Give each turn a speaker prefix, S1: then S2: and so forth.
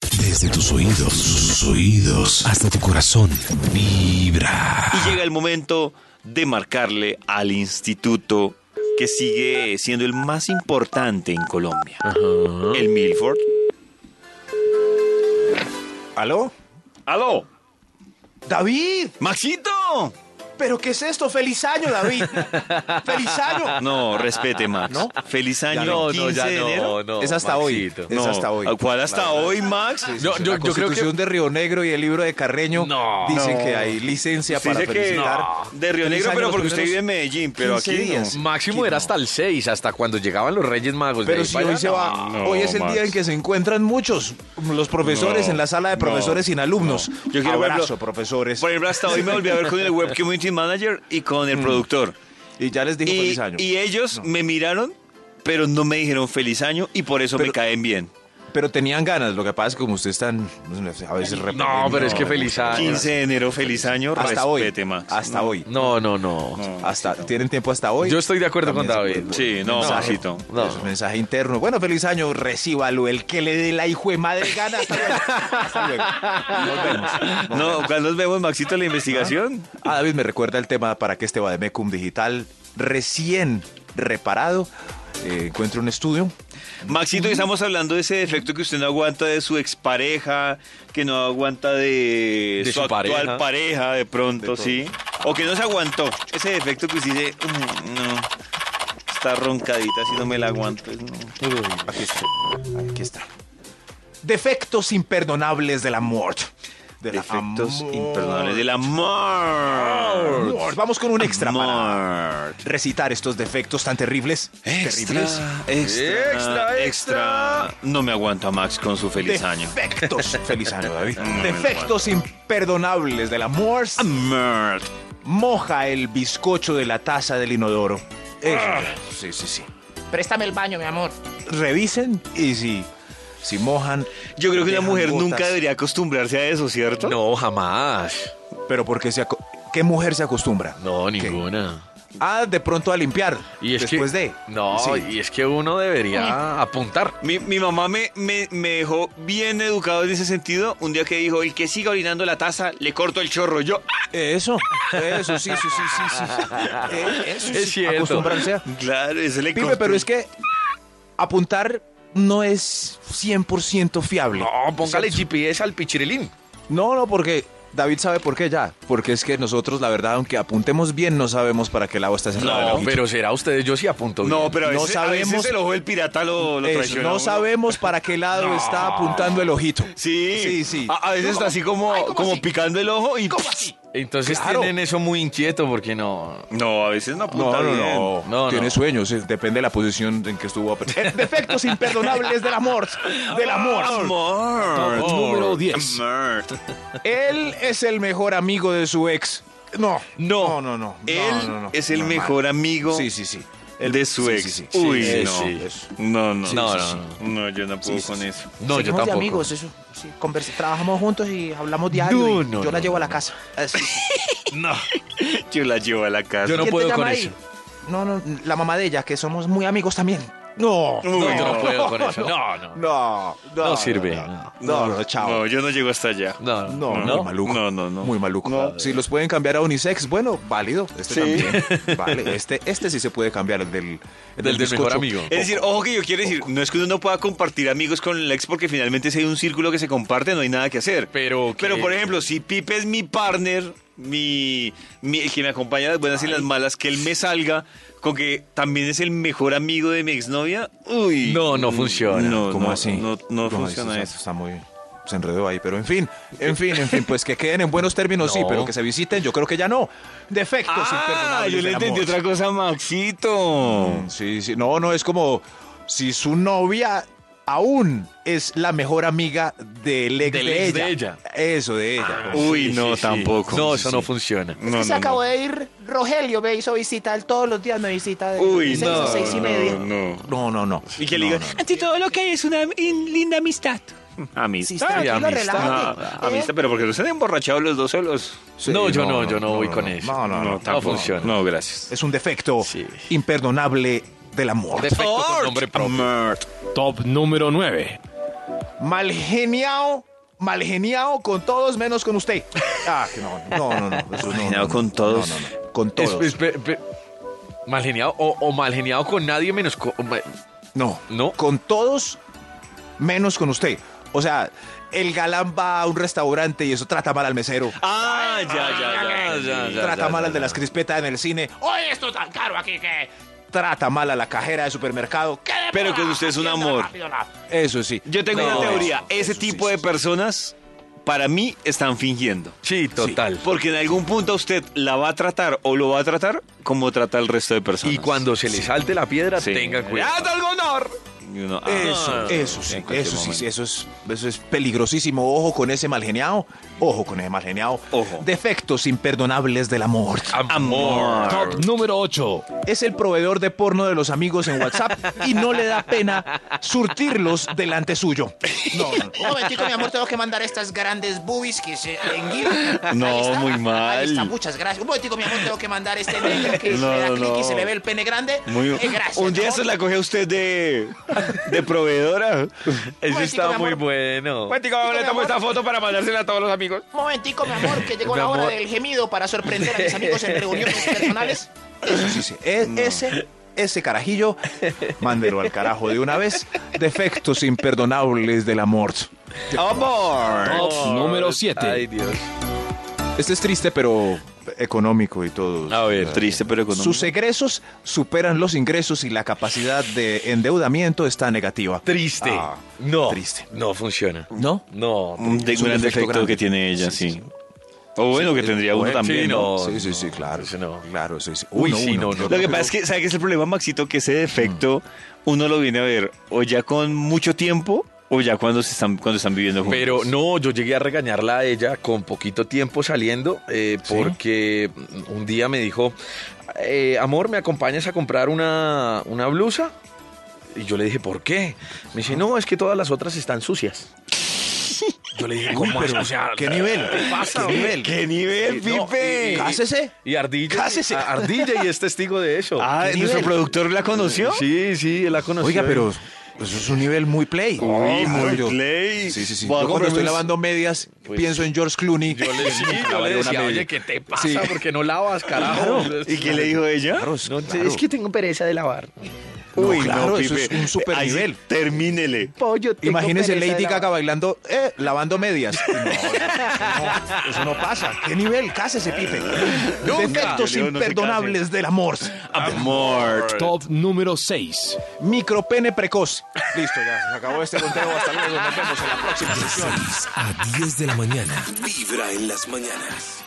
S1: Desde tus oídos, sus oídos, hasta tu corazón, vibra.
S2: Ah.
S3: Y llega el momento de marcarle al instituto que sigue siendo el más importante en Colombia. El Milford.
S4: ¿Aló?
S3: ¡Aló!
S4: ¡David!
S3: ¡Maxito!
S4: ¿Pero qué es esto? ¡Feliz año, David! ¡Feliz año!
S3: No, respete, Max.
S4: ¿No?
S3: Feliz año,
S2: no, no,
S3: 15
S2: ya
S3: de
S2: no,
S3: enero.
S2: no,
S4: es hasta
S2: Maxito.
S4: hoy. Es hasta hoy.
S3: ¿Cuál hasta
S4: La verdad.
S3: hoy, Max?
S2: No, yo-
S4: la
S2: yo creo que-
S4: Constitución de Río Negro y el libro de Carreño
S2: No.
S4: dicen que hay licencia para
S3: Dice que
S4: felicitar.
S3: de Río
S4: Feliz
S3: Negro,
S4: año
S3: pero
S4: los
S3: porque usted
S4: primeros-
S3: vive en Medellín, pero aquí
S4: 15 días.
S3: no.
S2: Máximo era hasta el 6, hasta cuando llegaban los Reyes Magos. de
S4: Pero
S2: ahí
S4: si
S2: para
S4: hoy
S2: allá,
S4: se
S2: no.
S4: va,
S3: no,
S4: hoy es el día
S3: Max.
S4: en que se encuentran muchos los profesores
S3: No,
S4: en la sala de
S3: no,
S4: profesores sin alumnos.
S3: no. Yo quiero
S4: Abrazo,
S3: verlo.
S4: profesores.
S3: Por ejemplo, hasta hoy me volví a ver con el web community manager y con el productor.
S4: y ya les dije
S3: Y,
S4: Mm. feliz año.
S3: y ellos me miraron, pero no me dijeron feliz año y por eso me
S4: Pero-
S3: caen bien.
S4: pero tenían ganas, lo que pasa es que como ustedes están pues, a veces
S2: No, pero es que feliz año.
S3: 15 de enero, feliz año,
S4: hasta hoy.
S3: respete, Max.
S4: Hasta hoy.
S2: No, no, no.
S4: hasta, ¿Tienen tiempo hasta hoy?
S2: Yo estoy de acuerdo
S4: También
S2: con
S4: se
S2: David.
S4: puede.
S3: Sí, no,
S4: No.
S3: Maxito.
S2: No.
S4: Es un mensaje interno. Bueno, feliz año, recíbalo. El que le dé la hijo de madre gana. Hasta luego. Hasta luego. Nos vemos.
S3: No, cuando nos vemos, Maxito, en la investigación.
S4: Ah, David, me recuerda el tema para que este Bademecum digital recién reparado eh, encuentre un estudio.
S3: Maxito, y estamos hablando de ese defecto que usted no aguanta de su expareja, que no aguanta de,
S2: De
S3: su,
S2: su
S3: actual pareja,
S2: pareja.
S3: de pronto, ¿sí? O que no se aguantó. Ese defecto que usted dice, "Mm, no, está roncadita, si no me la aguanto. no".
S4: Aquí está. Aquí está. Defectos imperdonables del amor. De la
S3: Defectos
S4: amor.
S3: imperdonables del amor.
S4: Amor. Vamos con un extra para
S3: Amor.
S4: recitar estos defectos tan terribles. Terribles.
S3: Extra, extra, extra,
S2: Extra, extra.
S3: No me aguanto a Max con su feliz año.
S4: Defectos. Feliz año, David.
S3: me lo
S4: Defectos imperdonables del amor.
S3: Amor.
S4: Moja el bizcocho de la taza del inodoro. Eso. Sí, sí, sí.
S5: Préstame el baño, mi amor.
S4: Revisen y si, si mojan.
S3: Yo creo que una
S4: dejan
S3: mujer
S4: gotas.
S3: nunca debería acostumbrarse a eso, ¿cierto?
S2: No, jamás.
S4: Pero porque se aco- ¿Qué mujer se acostumbra?
S2: No,
S4: ¿Qué?
S2: ninguna.
S4: Ah, de pronto a limpiar.
S2: Y es
S4: después
S2: que,
S4: de.
S2: No,
S4: Sí.
S2: y es que uno debería apuntar.
S3: Mi, mi mamá me, me, me dejó bien educado en ese sentido. Un día que dijo, el que siga orinando la taza, le corto el chorro. Yo, "Ah".
S4: Eso. Eso, sí, sí, sí, sí. sí. Eh, Eso,
S2: Es
S4: sí,
S2: cierto.
S4: Acostumbrarse a.
S3: claro, ese le
S4: Pibe,
S3: corto
S4: pero
S3: el-
S4: es que apuntar no es 100% fiable.
S2: No, póngale GPS al pichirilín.
S4: No, no, porque David sabe por qué ya. Porque es que nosotros, la verdad, aunque apuntemos bien, no sabemos para qué lado está cerrado. el
S3: No,
S2: No,
S4: ojito.
S2: pero será ustedes, yo sí apunto.
S3: No,
S2: bien.
S3: pero a
S4: No
S3: veces, a veces
S4: sabemos-
S3: el ojo del pirata lo, lo
S4: Eso,
S3: traiciona. a
S4: no
S3: uno.
S4: sabemos para qué lado está apuntando el ojito.
S3: Sí, Ah,
S4: Sí, sí.
S3: A, a veces está así como, como picando el ojo y...
S2: Entonces
S4: Claro.
S2: tienen eso muy inquieto porque no.
S3: No, a veces no
S4: No,
S3: apunta
S4: no,
S3: bien.
S4: no,
S2: No,
S4: Tiene
S2: no.
S4: sueños, eh, depende de la posición en que estuvo. Eh, Defectos imperdonables del amor. Del amor.
S3: Amor.
S1: Número 10.
S3: Amor.
S4: Él es el mejor amigo de su ex. No.
S3: No.
S4: No, no, no.
S3: Él
S4: No, no, no.
S3: es el
S4: No,
S3: mejor amigo
S4: Sí, sí, sí. El-
S3: de su
S4: sí,
S3: ex.
S4: sí, sí.
S3: Uy,
S2: Sí,
S3: no.
S2: sí.
S3: no. No,
S2: Sí,
S3: no,
S2: sí,
S3: no. No, yo no puedo con eso.
S2: No, yo
S5: Seguimos de
S2: tampoco.
S5: amigos, eso. Sí, conversa- trabajamos juntos y hablamos diario.
S2: No,
S5: y
S2: no,
S5: yo la
S2: no,
S5: llevo a la casa.
S4: Ah,
S5: Eso.
S3: Yo la llevo a la casa.
S2: Yo no
S5: ¿Quién te
S2: puedo
S5: llama
S2: con
S5: ahí?
S2: eso.
S5: No, no, la mamá de ella, que somos muy amigos también.
S4: No.
S3: Uy,
S2: No, yo no puedo con eso. No, no.
S4: No, no,
S2: No sirve.
S4: No, no, no, chao.
S3: No, yo no llego hasta allá.
S2: No,
S4: No,
S2: no.
S4: muy maluco.
S3: No, no, no.
S4: Muy maluco. Si los pueden cambiar a unisex, bueno, válido. Este
S3: Sí.
S4: también. Vale, este, este sí se puede cambiar, el del, el
S2: Del, del mejor
S4: bizcocho.
S2: amigo.
S3: Es decir, ojo que yo quiero decir, no es que uno no pueda compartir amigos con el ex porque finalmente si hay un círculo que se comparte, no hay nada que hacer.
S2: Pero que-
S3: Pero por ejemplo, si Pipe es mi partner, mi, mi- el que me acompaña en las buenas y las malas, que él me salga con que también es el mejor amigo de mi exnovia, uy.
S2: No, no funciona.
S3: No,
S4: ¿Cómo
S3: no,
S4: así?
S3: No, no
S4: eso
S3: funciona
S4: está-
S3: eso.
S4: Está muy... Se enredó ahí, pero en fin, en fin, en fin, pues que queden en buenos términos, sí,
S2: No.
S4: pero que se visiten, yo creo que ya no. Defectos
S3: Ah,
S4: imperdonables
S3: yo le
S4: del
S3: entendí
S4: amor.
S3: otra cosa a Maxito.
S4: Sí, sí, no, no, es como si su novia aún es la mejor amiga del ex,
S2: Del
S4: de,
S2: ex
S4: ella.
S2: de ella.
S4: Eso, de ella.
S3: Uy,
S2: Sí,
S3: no,
S2: sí, sí.
S3: tampoco.
S2: No,
S3: Sí,
S2: eso
S3: sí.
S2: no funciona.
S3: No,
S5: es que se
S3: no,
S5: acabó
S3: no.
S5: de ir Rogelio, me hizo visita, él todos los días me visita. de
S3: Uy,
S5: seis a
S3: no.
S5: seis y media.
S3: No, no.
S4: No, no, no.
S3: Y que le diga, ante todo lo que hay es una in- linda amistad.
S5: Sí,
S3: Amistad.
S5: tranquilo,
S2: amistad.
S5: relájate. ¿eh?
S3: amistad, pero porque los han emborrachado los dos solos.
S4: Sí,
S2: no, yo no, yo no voy con eso.
S4: No, no, no.
S2: tampoco. funciona.
S3: No, gracias.
S4: Es un defecto
S2: Sí.
S4: imperdonable del amor.
S2: Defecto con nombre propio.
S1: Top número 9.
S4: mal geniado mal geniado con todos menos con usted. Ah, que no, no, no, no. eso no,
S3: Geniado
S4: no, no,
S3: con
S4: no,
S3: todos.
S4: no, no, no, Con
S2: Es-
S4: todos.
S2: es- pe- pe- mal geniado o, o mal geniado con nadie menos co- o ma-
S4: No,
S2: ¿No?
S4: Con todos menos con usted. O sea, el galán va a un restaurante y eso trata mal al mesero.
S3: Ah, ya, ya, ya.
S2: ya, ya,
S4: trata
S2: ya,
S4: mal al
S2: ya,
S4: de
S2: ya.
S4: las crispetas en el cine.
S5: Oye, esto tan caro aquí que.
S4: Trata mal a la cajera de supermercado. ¿Qué?
S3: Pero que usted es un amor.
S4: Eso sí.
S3: Yo tengo
S4: No,
S3: una teoría.
S4: eso,
S3: Ese
S4: eso sí,
S3: tipo de
S4: eso sí.
S3: personas, para mí, están fingiendo.
S2: Sí, total.
S3: Porque en algún punto a usted la va a tratar o lo va a tratar como trata al resto de personas.
S2: Y cuando se le salte la piedra,
S3: Sí.
S2: tenga cuidado.
S3: ¡Haz ¡Ah, algo, honor! Y uno, ah,
S4: Eso, eso sí,
S3: en cualquier
S4: eso sí,
S3: momento.
S4: sí, eso es, eso es peligrosísimo. Ojo con ese mal geniado, ojo con ese mal geniado.
S3: Ojo.
S4: Defectos imperdonables del amor.
S3: Amor.
S1: Top número 8.
S4: Es el proveedor de porno de los amigos en WhatsApp y no le da pena surtirlos delante suyo. No, no, no.
S5: Un momentico, mi amor, tengo que mandar estas grandes boobies que se enguían.
S3: No,
S5: Ahí está,
S3: muy
S5: Ahí está,
S3: mal.
S5: muchas gracias. Un momentico, mi amor, tengo que mandar este negro que
S3: No,
S5: le da
S3: no,
S5: clic y
S3: no.
S5: se le ve el pene grande.
S3: Muy-
S5: Eh, gracias.
S3: un día
S5: amor.
S3: se la coge a usted de, de proveedora. Pues
S2: Eso
S5: Cuéntico, mi
S2: está
S5: amor.
S2: muy bueno.
S5: Cuéntico, mi amor.
S2: foto para mandársela a todos los amigos.
S5: Un momentico, mi amor, que llegó
S2: Mi
S5: la hora
S2: amor.
S5: del gemido para sorprender a mis amigos en reuniones personales.
S4: Eso sí, sí. E- ese, ese carajillo, mándelo al carajo de una vez. Defectos imperdonables del amor.
S3: Amor.
S1: Top número 7.
S2: Ay, Dios.
S4: Este es triste, pero económico y todo.
S3: A ver, triste pero económico.
S4: Sus egresos superan los ingresos y la capacidad de endeudamiento está negativa.
S2: Triste.
S4: Ah,
S2: no.
S4: triste.
S2: No funciona.
S4: ¿No?
S2: No.
S3: Un, de-
S4: Es un
S3: gran
S4: defecto
S3: defecto
S4: grande.
S3: que tiene ella, sí.
S4: Sí, sí, sí.
S3: O bueno, que tendría uno
S2: bueno, sí,
S3: también. ¿no?
S2: no.
S4: sí, sí, sí, claro.
S2: Ese no.
S4: Claro, sí, sí.
S2: Uy,
S4: Uno,
S2: sí,
S4: uno.
S2: no, no. Mm.
S3: Lo que pasa es que, ¿sabe qué es el problema, Maxito? Que ese defecto uno lo viene a ver o ya con mucho tiempo o ya cuando, se están, cuando están viviendo juntos.
S2: Pero no, yo llegué a regañarla a ella con poquito tiempo saliendo, eh, porque un día me dijo, eh, amor, ¿me acompañas a comprar una, una blusa? Y yo le dije, ¿por qué? Me dice, no, es que todas las otras están sucias. Yo le dije, ¿cómo así? O sea,
S4: ¿Qué nivel?
S2: ¿Qué pasa,
S4: ¿Qué
S2: hombre?
S4: nivel?
S3: ¡Qué nivel,
S2: Sí, no,
S3: Pipe!
S2: y-
S4: Cásese.
S2: Y Ardilla,
S4: Cásese.
S2: a- Ardilla y es testigo de eso.
S3: ah,
S4: ¿qué
S3: ¿nuestro
S4: nivel?
S3: productor la conoció?
S2: Sí, sí, él la conoció.
S4: Oiga, pero eso es un nivel muy play.
S3: Uy,
S4: Claro,
S3: muy
S4: yo-
S3: play.
S4: Sí, sí, sí.
S3: Voy a
S4: Yo cuando
S3: comprarme
S4: estoy
S3: un-
S4: lavando medias,
S2: Pues-
S4: pienso en George Clooney.
S2: Yo le, sí, yo le decía, oye, ¿qué te pasa?
S4: Sí.
S2: ¿Por qué no lavas, carajo?
S3: ¿Y qué le dijo ella?
S4: Claro,
S2: No,
S4: claro.
S2: Es que tengo pereza de lavar.
S4: No, claro, eso es un super
S3: Ahí sí,
S4: nivel.
S3: Termínele.
S2: Pollo,
S4: Imagínese Lady Gaga bailando, eh, lavando medias. No, no, no, eso no pasa. ¿Qué nivel? Cásese, Pipe. Defectos
S3: Yo le digo, no se
S4: imperdonables del amor.
S3: Amor.
S1: Top número 6.
S4: Micropene precoz. Listo, ya se acabó este conteo. Hasta luego. Nos vemos en la próxima
S1: De
S4: sesión.
S1: 6 a 10 de la mañana.
S6: Vibra en las mañanas.